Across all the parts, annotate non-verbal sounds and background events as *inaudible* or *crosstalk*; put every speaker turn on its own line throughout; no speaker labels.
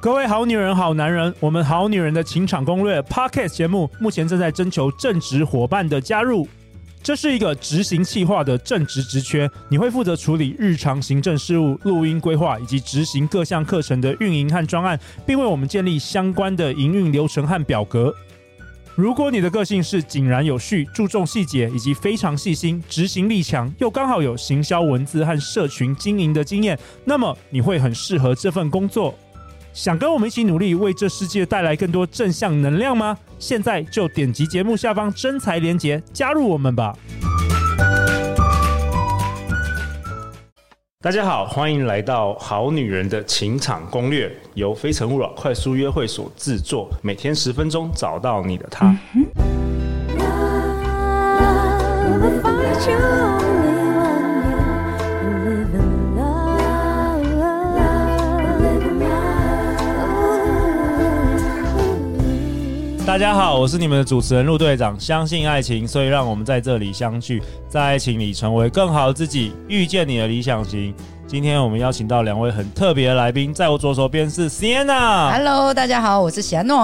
各位好女人、好男人，我们《好女人的情场攻略》Podcast 节目目前正在征求正职伙伴的加入。这是一个执行企划的正职职缺，你会负责处理日常行政事务、录音规划以及执行各项课程的运营和专案，并为我们建立相关的营运流程和表格。如果你的个性是井然有序、注重细节以及非常细心、执行力强，又刚好有行销文字和社群经营的经验，那么你会很适合这份工作。想跟我们一起努力，为这世界带来更多正向能量吗？现在就点击节目下方真才连结，加入我们吧！
大家好，欢迎来到《好女人的情场攻略》，由非诚勿扰快速约会所制作，每天十分钟，找到你的他。
Love, I find you only one you live in love, live in love.
大家好，我是你们的主持人陆队长。相信爱情，所以让我们在这里相聚，在爱情里成为更好的自己，遇见你的理想型。今天我们邀请到两位很特别的来宾，在我左手边是 Sienna。
Hello，大家好，我是喜安诺。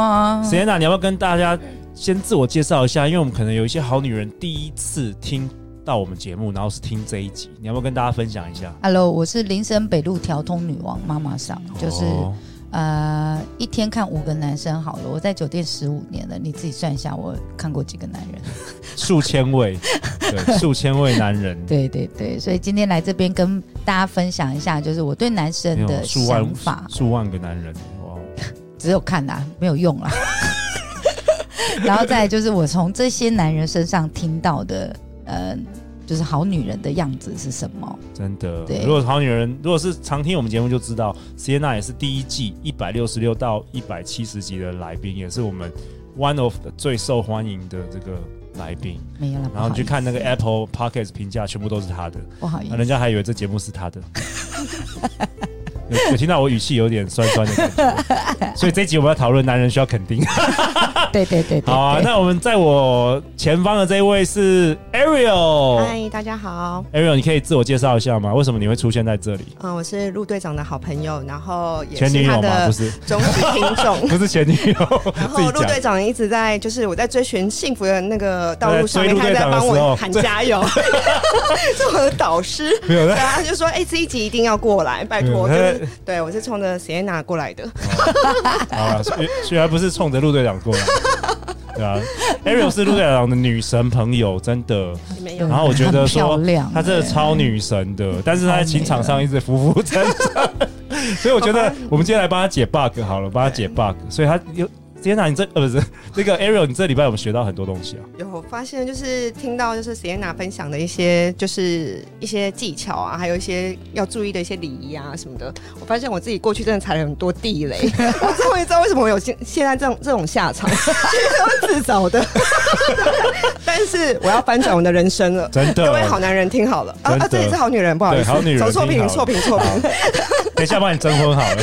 Sienna，你要不要跟大家先自我介绍一下？因为我们可能有一些好女人第一次听到我们节目，然后是听这一集，你要不要跟大家分享一下？
Hello，我是林森北路调通女王妈妈桑，就是、
哦
呃一天看五个男生好了，我在酒店十五年了，你自己算一下我看过几个男
*laughs*
人。
数千位，
*laughs*
对，数千位男人，
对对对，所以今天来这边跟大家分享一下，就是我对男
没
生
有
的
数万
想法，
数万个男人，哇，
只有看啦，没有
*laughs*
用啦。然后再来就是我从这些男人身上听到的，呃，就是好女人的样子是什么？
真的。
对
如果是好女人，如果是常听我们节目就知道，Sienna 也是第一季一百六十六到一百七十集的来宾，也是我们 one of the 最受欢迎的这个来宾。
没有啦，
然后你去
不好
看
意
那
思
个 Apple Podcast 评价，全部都是他的，
不好意
那
思，
人家还以为这节目是他
*laughs*
的。有有听到我语气有点酸酸的感觉，所以这一集我们要讨论男人需要肯定。
对对对对对。
好啊，那我们在我前方的这一位是 Ariel。
嗨，大家好，
Ariel，你可以自我介绍一下吗？为什么你会出现在这里？
嗯，我是陆队长的好朋友，然后也
前女
是他
友吗？不
的 *laughs*
是，
忠实听
*laughs*
众。
不是前女友，
然
自己
后陆
讲
队长一直在，就是我在追寻幸福的那个道路上面，
对追
他
陆队
一直在
长的
帮
时候
我喊
对 *laughs*
加油，是我的导师。
没有
对，
在。
他就说：“哎、这一集一定要过来，拜托。”
嗯
就是对我是冲着 Sienna 过来的，
好啊，虽虽然不是冲着陆队长过
*laughs*
来，对啊，Ariel 是陆队长的女神朋友，真的。
没有
然后我觉得说
很漂亮，
啊
她真的超女神的，但是她在情场上一直浮浮沉沉，所以我觉得我们今天来帮她解 bug 好了，帮她解 bug。所以她有天哪，你这呃不是这个 Ariel，你这礼拜我们学到很多东西啊。
有发现，就是听到就是 Sienna 分享的一些，就是一些技巧啊，还有一些要注意的一些礼仪啊什么的。我发现我自己过去真的踩了很多
*laughs*
地雷，我终于知道为什么我有现现在这种这种下场，其实都是自找
*laughs*
的。但是我要翻转我的人生了。
真的
各位好男人听好了啊
真的
啊，这里是好女人，不好意思，
对好女人
*laughs* 走错
听好
屏，
了
错屏，错屏。
*laughs*
*laughs*
等一下帮你征婚好
*laughs*
了。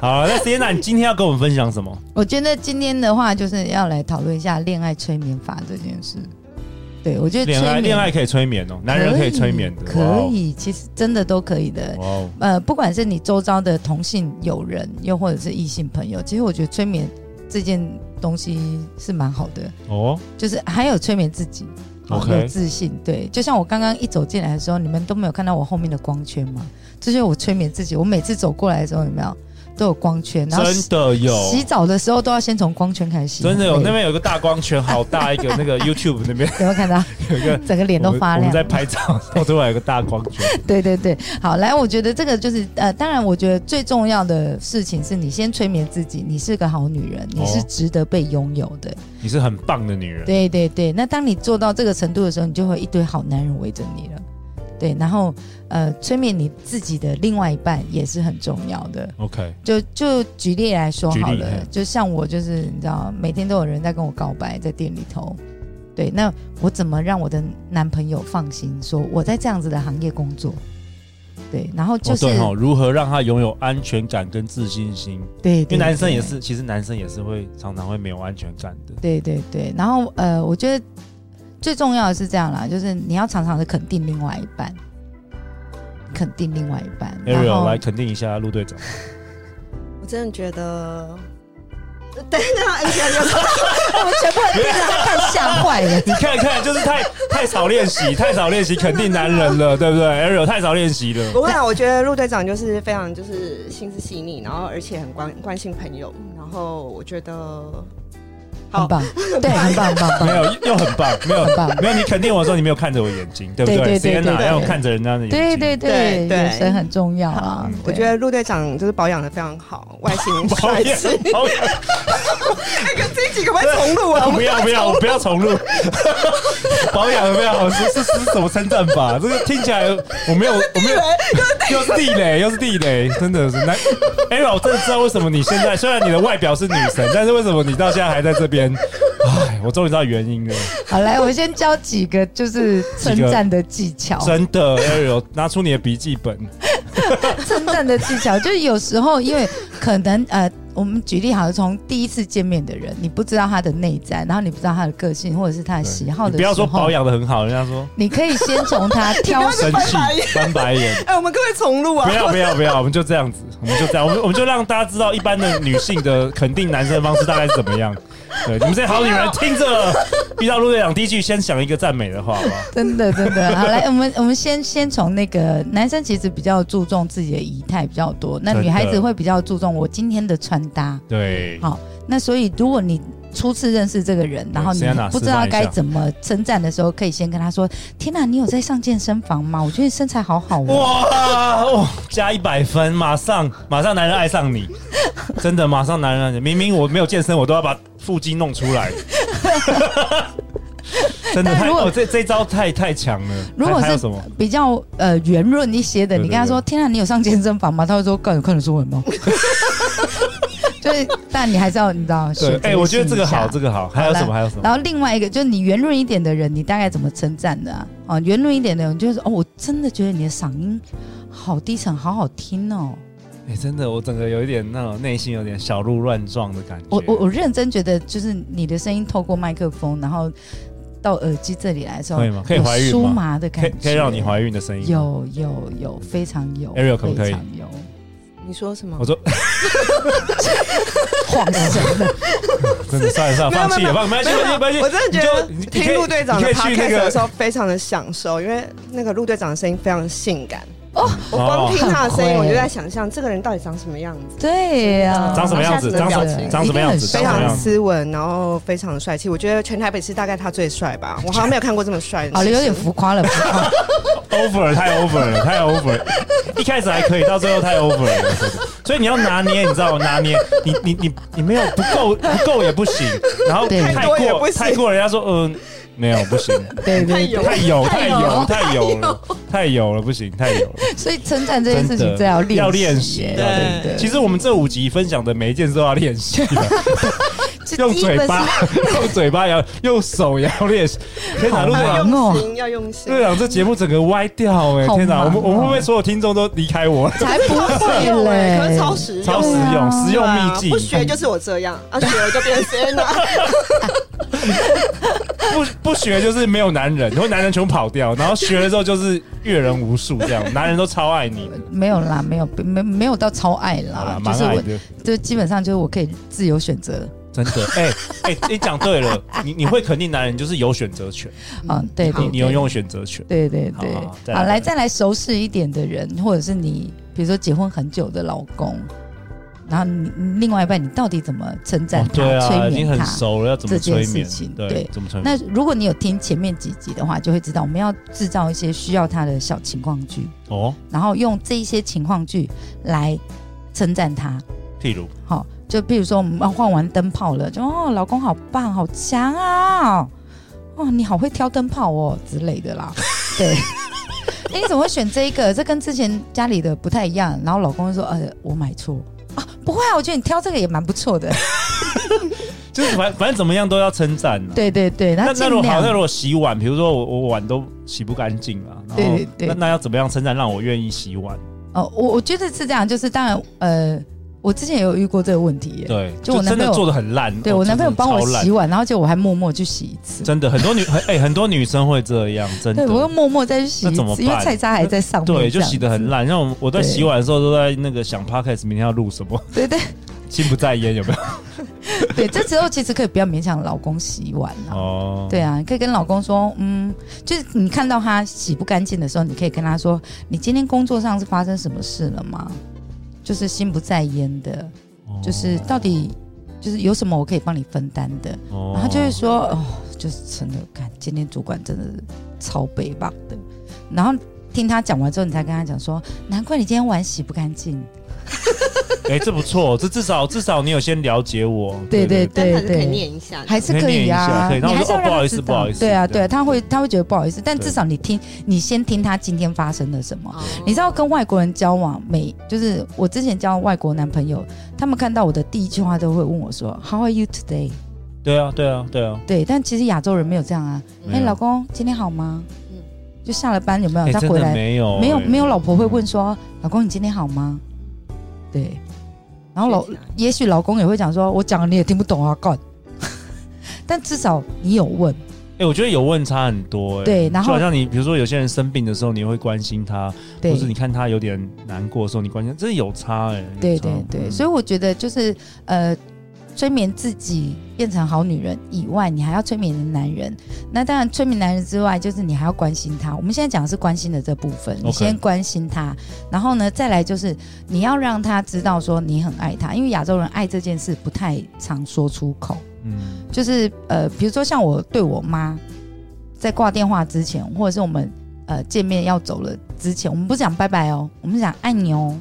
好，那 Sienna，你今天要跟我们分享什么？
我觉得今天的话，就是要来讨论一下恋爱催眠法这件事。对，我觉得
恋爱，
催眠
恋爱可以催眠哦，男人可以催眠的，哇
可
哦。
以，其实真的都可以的。
哇哦，
呃，不管是你周遭的同性友人，又或者是异性朋友，其实我觉得催眠这件东西是蛮好的，
哦，
就是还有催眠自己。好
OK
有自信，对，就像我刚刚一走进来的时候，你们都没有看到我后面的光圈吗？这就是我催眠自己。我每次走过来的时候，有没有都有光圈？然后
真的有，
洗澡的时候都要先从光圈开始洗。
真的有，
对
那边有个大光圈，好大一个，
*laughs*
那个 YouTube 那边
有没有看到？
有一个，
*laughs* 整个脸
我
都
们
发
我们
亮。
在拍照，然后突然有个大光圈，
*laughs* 对对对，好，来，我觉得这个就是呃，当然，我觉得最重要的事情是你先催眠自己，你是个好女
哦
人，你是值得被拥有的。
你是很棒的女人。
对对对，那当你做到这个程度的时候，你就会有一堆好男人围着你了。对，然后呃，催眠你自己的另外一半也是很重要的。
OK，
就就举例来说好
举例
了
嘿，
就像我就是你知道，每天都有人在跟我告白，在店里头。对，那我怎么让我的男朋友放心，说我在这样子的行业工作？对，然后就是、
哦对哦，如何让她拥有安全感跟自信心？
对，
因为
对
男生
对
也是，其实男生也是会常常会没有安全感的。
对对对，然后呃，我觉得最重要的是这样啦，就是你要常常的肯定另外一半，肯定另外一半。然
Ariel
后
来肯定一下陆队长，
我真的觉得，等一下，你觉得有什么？我们全部人
让他看吓坏
*laughs*
了。
你看看，就是太太少练习，太少练习，肯定男人了，对不对？Ariel 太少练习了。
不会啊，我觉得陆队长就是非常就是心思细腻，然后而且很关关心朋友，然后我觉得
很棒，对，很棒，很棒，很
没
棒，
有，又很棒，没有 *laughs*
很棒，
没有。你肯定我说你没有看着我眼睛，对不
对对对
s i e n
对
a
对
要看着人家的眼睛。
对对对，
对对
眼神很重要啊
嗯。
对
我觉得陆队长就是保养的非常好，外
*laughs*
形
保
帅
养
*laughs* 气。，
保养，
那个这一集可不可以重录
*laughs*
啊？我
不
们
要不要不要重录，保养的非常好，是是是什么称赞吧？这个听起来我没有我没有又是地雷又是地雷，真的是难。哎，我真的知道为什么你现在虽然你的外表是女神，但是为什么你到现在还在这边？哎，我终于知道原因了，
好，来，我先教几个就是称赞的技巧。
真的，Ariel，拿出你的笔记本，
*laughs* 称赞的技巧，就是有时候因为可能呃，我们举例好了，从第一次见面的人，你不知道他的内在，然后你不知道他的个性或者是他的 *laughs* 喜好
你不
的时
要
候，
说保养的很好，人家说
你可以先从他
*laughs*
挑
生气
白眼
翻白眼。
*laughs*
哎，我们可不可以重录啊
不？要不要不要，我们就这样子，我们就这样，我们我们就让大家知道一般的女性的肯定男生的方式大概是怎么样。对，你们这些
*laughs*
好女人听着，遇到陆队长第一句先想一个赞美的话，好不好？
真的，真的。好，来，我们我们先先从那个男生其实比较注重自己的仪态比较多，那
真的
女孩子会比较注重我今天的穿搭。
对
好那所以如果你初次认识这个人，然后你
先拿
不知
示范
道
一下
该怎么称赞的时候，可以先跟他说：“天哪、你有在上健身房吗？我觉得你身材好好哦。
哇哇，加一百分，马上马上男人爱上你，真的马上男人爱上你。明明我没有健身，我都要把腹肌弄出来。真的
但
太
如果
哦，这这招太太强了。
如果
还还有
是
什么？
比较呃圆润一些的，
对
你跟他
对
说：“天哪、你有上健身房吗？”他会说：“干，有看你说我
*laughs*
吗？”就是，但你还是要你知道，
对，哎、我觉得这个好，这
个。
个好。还有什么？还有什么？
然后另外一个就是你圆润一点的人，你大概怎么称赞的啊？哦，圆润一点的人就是哦，我真的觉得你的嗓音好低沉，好好听哦。
哎、真的，我整个有一点那种内心有点小鹿乱撞的感觉。
我我我认真觉得，就是你的声音透过麦克风，然后到耳机这里来的时候，
可以吗可以
有
怀孕吗
酥麻的
可
感
以
觉，
可以让你怀孕的声音吗。
有有有，非常有
Ariel 可不可以
非常有，
你说什么
我？说
晃神了，
真的算了算了，
没有
放弃了，
没有
放放弃
没有
了，放弃了。
*laughs* 我真的觉得
你就你可以
听陆队长
你
的
可以去那
podcast
个
的时候非常的享受，因为那个陆队长的声音非常性感。我
哦
光听他的声音，
很会
我就在想象这个人到底长什么样
*laughs*
子，
对 *laughs* 呀，
长什么样子？
然
长
后
什
下次
么？
的表情
长什么样子？
一定
长什么
很
非常
样子？
斯文，然后非常帅气。我觉得全台北市大概他最帅吧，我好像没有看过这么帅的。
好了，哦有点浮夸了，浮
*laughs*
夸
over 太 over 了，太 over 了。一开始还可以，到最后太 over 了。真的所以你要拿捏，你知道吗？拿捏，你你你你没有不够不够也不行，然后
对
太
太多也不
过
行
太过，人家说嗯、没有不
*laughs*
行，
对对
油
对。
太油
太
太
油
油太油了，太油了不行，太油了。
所以称赞这件事情
真
真的
的
要
要
练
练
习
习
耶，
要
练习
对对
其实我们这五集分享的每一件事都要练习
*laughs*
的，
其
用嘴巴，用嘴巴也要，用手也要练习。天哪，
好
陆队
要
长，
用心，要用心
陆。队长这节目整个歪掉哎、
好
天哪，我
忙
们
哦
我们会不会所有听众都离开我了？
才不
会
会
用欸可是
嘞，
超实用，
超实
对
用，
啊
实用秘
对啊不学
籍，
就是我这样，啊学了就变 Sienna。
不不学就是没有男人，然后男人全部跑掉，然后学了之后就是阅人无数，这样男人都超爱你的。
没有啦，没有没没有到超爱
好
啦
啦，，啊
就
蛮
是
爱
我
的，
就基本上就是我可以自由选择，
真的。哎哎，你讲对了，你你会肯定男人就是有选择权，
嗯，对对
你
对，
你有拥有选择权。
对对对，
好好再来
好
再
来
来
再来熟识一点的人，或者是你，比如说结婚很久的老公，然后你你另外一半，你到底怎么称赞
哦
他、
对啊，
催
已经
眠
很
他？
熟了，要怎么
这件
催
事
眠
情？对
对，怎么催眠？
那如果你有听前面几集的话，就会知道我们要制造一些需要他的小情况剧，
哦，
然后用这一些情况剧来称赞他。
譬如
好、就比如说我们换完灯泡了，就哦，老公好棒，好强啊、哦，你好会挑灯泡哦之类的啦。对， *laughs* 哎、你怎么会选这一个？这跟之前家里的不太一样。然后老公就说，呃，我买错啊，不会啊，我觉得你挑这个也蛮不错的。
就是反反正怎么样都要称赞啊
对对对，
那
那
那
尽
如果好，那
量
如果洗碗，比如说我我碗都洗不干净啊，然后
对对对
那那要怎么样称赞让我愿意洗碗？
哦，我我觉得是这样，就是当然呃。我之前也有遇过这个问题耶。
对，
就我男
真
朋
的
友
做的很烂。
对
哦
我男朋友帮我，
真的超
洗
烂
碗，然后结果我还默默去洗一次。
真的很多女很哎、很多女生会这样，真的
对，。我又默默再去洗一
那怎么
次，因为
办
菜渣还在上面。
对，就洗的很烂。
烂。
让我我在
对
洗碗的时候都在那个想 podcast 明天要录什么，
对对
心不在焉，有没有？
*laughs* 对，这时候其实可以不要勉强老公洗碗啦。
哦，
*laughs* 对啊，你可以跟老公说，嗯，就是你看到他洗不干净的时候，你可以跟他说，你今天工作上是发生什么事了吗？就是心不在焉的，
哦，
就是到底就是有什么我可以帮你分担的，
哦，
然后他就会说，哦，就是真的，看今天主管真的是超北棒的，然后。听他讲完之后，你才跟他讲说，难怪你今天碗洗不干净。
哎、这不错，这至少至少你有先了解我。
对对
但
对
还是可以
对，
念一下的，
还是
可
可以啊。
以念一下可以然后
你还
我
是
说
要
哦
让
不好
他
意思
知
不好
道
意思
对啊，
这样
对啊，他会他会觉得不好意思，但
对
至少你听，你先听他今天发生了什么。
哦
你知道跟外国人交往，每就是我之前交外国男朋友，他们看到我的第一句话都会问我说 “How are you today？”
对啊，对啊，对啊。
对，但其实亚洲人没有这样啊。
没
哎、
有
老公，今天好吗？
嗯
就下了班有没有？
哎
他
真
嗯回
的
来
没有？
没有
哎
没有，老婆会问说：“老公，你今天好吗？”对，然后老
学起来
也许老公也会讲说：“我讲了你也听不懂啊，干。” *laughs* 但至少你有问，
哎，我觉得有问差很多。哎，
对，然
就
后
好像你，比如说有些人生病的时候，你会关心他，
对
或是你看他有点难过的时候，你关心，这有差哎。有
对
差
对对，
嗯
所以我觉得就是呃，催眠自己变成好女人以外，你还要催眠男人。那当然，催眠男人之外，就是你还要关心他。我们现在讲的是关心的这部分，你
OK
先关心他，然后呢，再来就是你要让他知道说你很爱他，因为亚洲人爱这件事不太常说出口。
嗯，
就是呃，比如说像我对我妈，在挂电话之前，或者是我们呃见面要走了之前，我们不讲拜拜哦，我们讲爱你哦。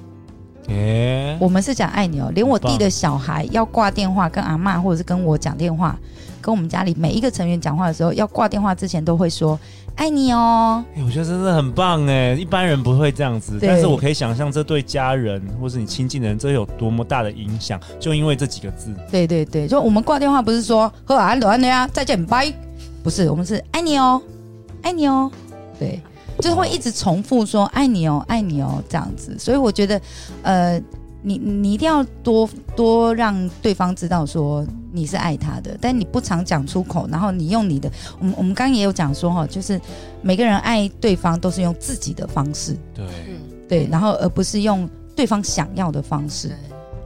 哎，
我们是讲爱你哦，连我弟的小孩要挂电话跟阿妈或者是跟我讲电话，跟我们家里每一个成员讲话的时候，要挂电话之前都会说爱你哦。
哎我觉得真的很棒哎，一般人不会这样子，
对
但是我可以想象这对家人或是你亲近的人，这有多么大的影响，就因为这几个字。
对对对，就我们挂电话不是说喝安安的呀，再见拜，不是，我们是爱你哦，爱你哦，对，就是会一直重复说爱你哦，爱你哦这样子。所以我觉得，呃，你你一定要多多让对方知道说你是爱他的，但你不常讲出口，然后你用你的，我们我们刚刚也有讲说哈，就是每个人爱对方都是用自己的方式，
对，
嗯，
对，然后而不是用对方想要的方式
对。，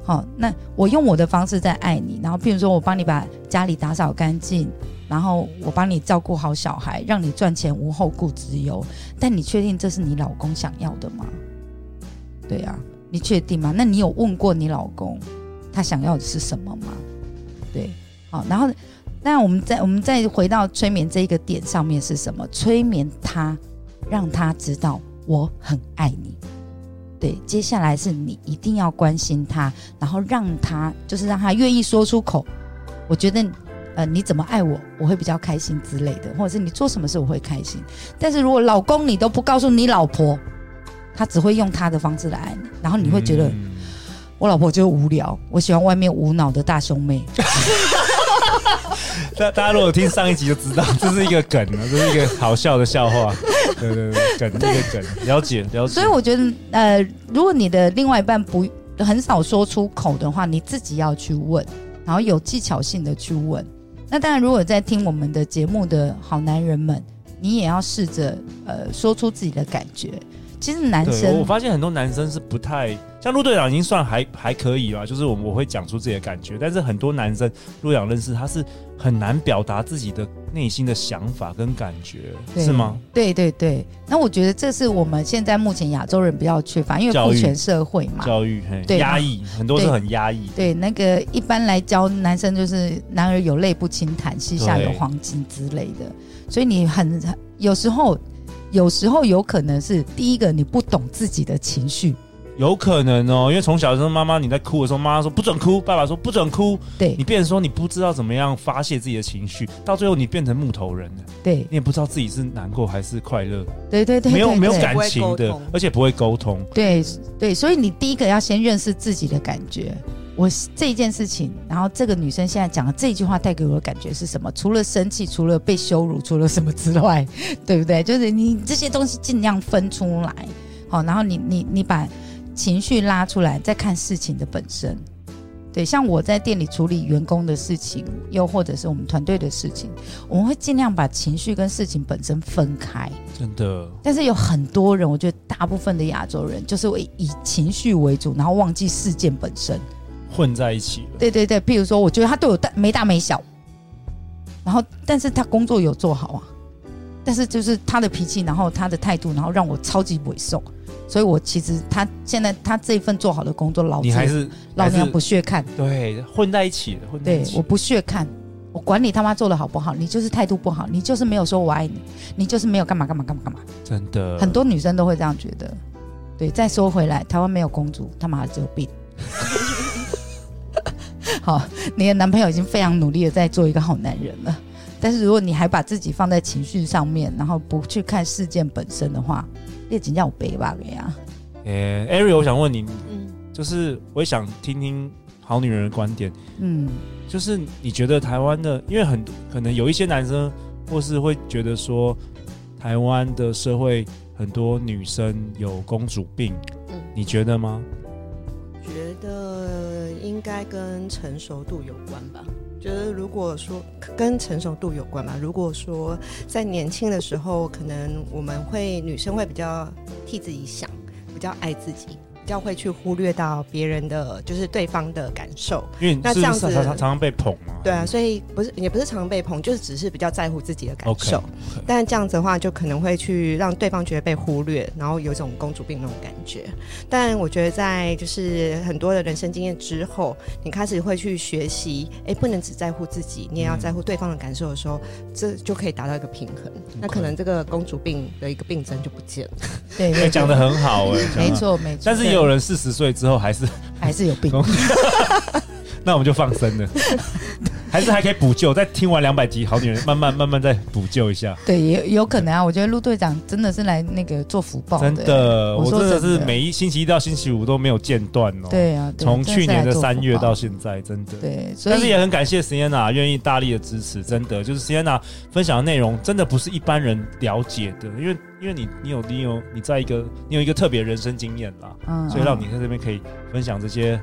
好、那我用我的方式在爱你，然后譬如说我帮你把家里打扫干净，然后我帮你照顾好小孩，让你赚钱无后顾之忧。但你确定这是你老公想要的吗？对啊，你确定吗？那你有问过你老公他想要的是什么吗？对，好、然后那我们再我们再回到催眠这一个点上面是什么？催眠他，让他知道我很爱你。对，接下来是你一定要关心他，然后让他就是让他愿意说出口。我觉得，呃，你怎么爱我，我会比较开心之类的，或者是你做什么事我会开心。但是如果老公你都不告诉你老婆，他只会用他的方式来爱你，然后你会觉得、
嗯
我老婆就是无聊，我喜欢外面无脑的大胸妹。
大大家如果听上一集就知道， *laughs* 这是一个梗啊，这是一个好笑的笑话。 *laughs* 对对对，梗一个梗，了解了解。
所以我觉得，呃，如果你的另外一半不很少说出口的话，你自己要去问，然后有技巧性的去问。那当然，如果在听我们的节目的好男人们，你也要试着呃说出自己的感觉。其实男
对，我
生
发现很多男生是不太像陆队长，已经算还还可以啦，就是我我会讲出自己的感觉，但是很多男生陆队长认识他是很难表达自己的内心的想法跟感觉，
对
是吗？？
对对对。那我觉得这是我们现在目前亚洲人比较缺乏，因为
教
父
育
权社会嘛。
教育嘿，
对
压抑，很多是很压抑。
对，那个一般来教男生就是“男儿有泪不轻弹，膝下有
对
黄金”之类的，所以你很有时候，有时候有可能是第一个你不懂自己的情绪，
有可能哦，因为从小的时候妈妈你在哭的时候，妈妈说不准哭，爸爸说不准哭，
对
你变成说你不知道怎么样发泄自己的情绪，到最后你变成木头人了，
对
你也不知道自己是难过还是快乐，
对对对，
没有
对
没有
对
感
不会
情
沟
的
通，
而且不会沟通。
对对，所以你第一个要先认识自己的感觉。我这件事情，然后这个女生现在讲的这句话带给我的感觉是什么？除了生气，除了被羞辱，除了什么之外， *laughs* 对不对？就是你这些东西尽量分出来，好，然后你你你把情绪拉出来，再看事情的本身。对，像我在店里处理员工的事情，又或者是我们团队的事情，我们会尽量把情绪跟事情本身分开。
真的，
但是有很多人，我觉得大部分的亚洲人就是会以情绪为主，然后忘记事件本身。
混在一起了。
对对对，譬如说，我觉得他对我大没大没小，然后但是他工作有做好啊，但是就是他的脾气，然后他的态度，然后让我超级委受，所以我其实他现在他这一份做好的工作，老子
你还是
老
还
娘
是
不屑看，
对混在一起了，混在
对
一起
我。不屑看。我管你他妈做的好不好，你就是态度不好，你就是没有说我爱你，你就是没有干嘛干嘛干嘛干嘛。
真的
很多女生都会这样觉得。对，再说回来，台湾没有公主，他妈的只有病。 *laughs* 好，你的男朋友已经非常努力的在做一个好男人了，但是如果你还把自己放在情绪上面，然后不去看事件本身的话，列警叫我背吧给啊呀。
诶 a r i 我想问你，
嗯，
就是我也想听听好女人的观点，
嗯，
就是你觉得台湾的，因为很可能有一些男生或是会觉得说，台湾的社会很多女生有公主病，
嗯
你觉得吗？
觉得应该跟成熟度有关吧。觉得如果说跟成熟度有关吧，如果说在年轻的时候，可能我们会女生会比较替自己想，比较爱自己，比较会去忽略到别人的，就是对方的感受。
因为你
那
是
这
不
样
是常
子
常常常被捧嘛？
对啊，所以不是也不是常被捧，就是只是比较在乎自己的感
OK，
受。但这样子的话，就可能会去让对方觉得被忽略，然后有一种公主病那种感觉。但我觉得在就是很多的人生经验之后，你开始会去学习，哎、不能只在乎自己，你
嗯
也要在乎对方的感受的时候，这就可以达到一个平衡。那可能这个公主病的一个病症就不见了。
对对
诶讲的很好哎、
没
讲得。
错没错。
但是也有哦人四十岁之后还是， *laughs*
对还是有病，
那我们就放生了，还是还可以补救。再听完两百集好女人，慢慢慢慢再补救一下。
对，也有可能啊。我觉得陆队长真的是来那个做福报
真的，我
说
真的是
真
每一星期一到星期五都没有间断哦。，
对啊，对
从
真
去
是来
年的
做福
三月
报
到现在，真的。
对，所以
但是也很感谢 Sienna 愿意大力的支持，真的就是 Sienna 分享的内容真的不是一般人了解的，因为因为你你有你有你在一个你有一个特别人生经验啦，
嗯
所以让
嗯
你在这边可以分享这些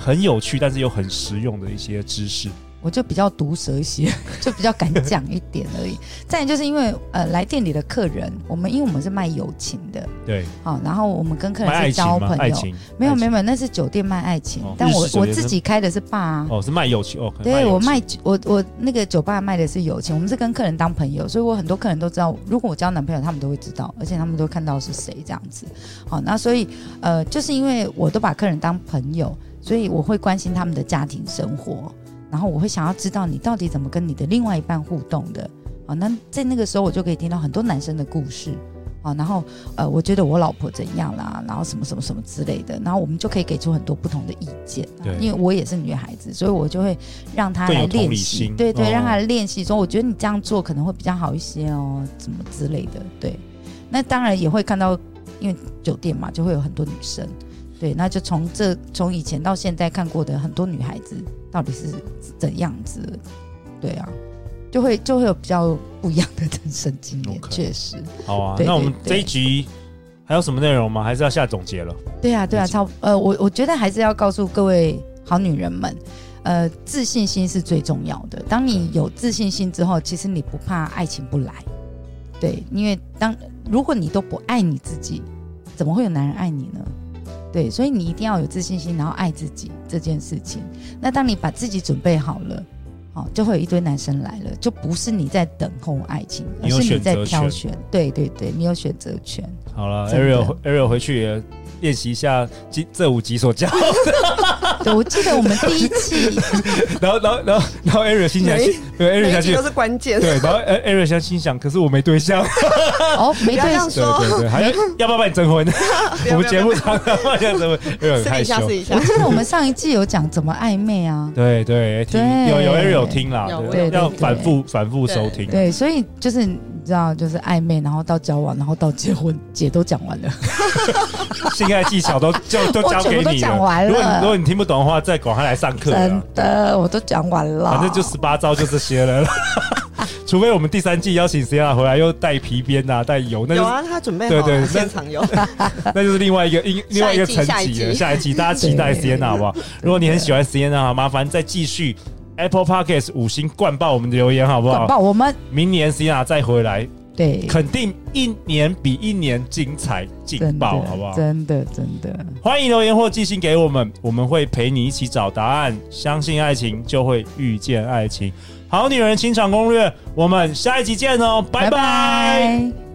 很有趣但是又很实用的一些知识。
我就比较毒舌一些， *laughs* 就比较敢讲一点而已。 *laughs* 再来就是因为呃，来店里的客人，我们因为我们是卖友情的，
对，
好、然后我们跟客
卖
人
爱
是
情
交
吗？
朋
爱
友，
情
没有没有
有
没有，那是酒店卖爱情，
哦
但
日式
我
酒
我
店
自己开的是吧、啊。
哦，是卖友情哦，可能
对
友
我
情
卖我我那个酒吧卖的是友情，我们是跟客人当朋友，所以我很多客人都知道，如果我交男朋友，他们都会知道，而且他们都看到是谁这样子。好，那所以呃，就是因为我都把客人当朋友，所以我会关心他们的家庭生活，然后我会想要知道你到底怎么跟你的另外一半互动的。好，啊那在那个时候我就可以听到很多男生的故事。啊，然后呃，我觉得我老婆怎样啦，然后什么什么什么之类的，然后我们就可以给出很多不同的意见。啊
对
因为我也是女孩子，所以我就会让她
更有
来
同
练
理
习
心，
对对，
哦
让她来练习说，我觉得你这样做可能会比较好一些哦，怎么之类的。对，那当然也会看到，因为酒店嘛，就会有很多女生，对，那就从这从以前到现在看过的很多女孩子到底是怎样子，对啊，就会就会有比较不一样的人生经验
OK
确实。
好啊，
对
那我
对
们这一
对
集还有什么内容吗？还是要下总结了？
对啊，对啊，
没错
超呃，我我觉得还是要告诉各位好女人们，呃，自信心是最重要的。当你有自信心之后，其实你不怕爱情不来，对，因为当如果你都不爱你自己，怎么会有男人爱你呢？对，所以你一定要有自信心，然后爱自己这件事情。那当你把自己准备好了，好、就会有一堆男生来了，就不是你在等候爱情，
你
而
有
是你
选择
在挑
权
选。对对对，你有选择权。
好了
真的
，Ariel Ariel 回去也练习一下今这五集所教，
对，我记得我们第一
*laughs*
期
然后然后然后然后 Ariel 心想
每，
对
每
Ariel
一
想
集
去
都，是关键。
对，然后 Ariel 想心想，可是我没对象，
哦，没
不要这
对
样
对
说
对对，还要要不要把你
*laughs*
征婚？
不要
我们
不要
节
不
目
要
常常要这样征婚，Ariel 很
试
害
一下，
羞，
试。一下
我。记得我们上一季有讲怎么暧昧啊
对对，哎听
对
有有 Ariel 有听啦，
有
对
我有
要
听
反复反复收听。
对，所以就是你知道，就是暧昧，然后到交往，然后到结婚，姐都讲
*laughs*
完了，
性爱技
*laughs*
巧都就都
我
交
全
给
部都
你
讲完
如果你
了
如果你听不懂的话，再赶快来上课啊。
真的，我都讲完了，
反正就十八招就这些了。 *laughs* 除非我们第三季邀请 s i e n a 回来又带皮鞭呐、带油， *laughs* 那就
有
是
啊，他准备
对
好
对
了，
那
现场有。
*laughs* 那就是另外一个另另外一个层
下一
级
季
了，下一季大家期待 Sienna 好不好？如果你很喜欢 Sienna，麻烦再继续 Apple Podcast 五星灌爆我们的留言好不
管
好？
爆我们
明年 Sienna 再回来，
对，
肯定一年比一年精彩劲
真的
爆，好不好？
真的真的，
欢迎留言或寄信给我们，我们会陪你一起找答案。相信爱情，就会遇见爱情。好女人情场攻略，我们下一集见哦，拜拜
拜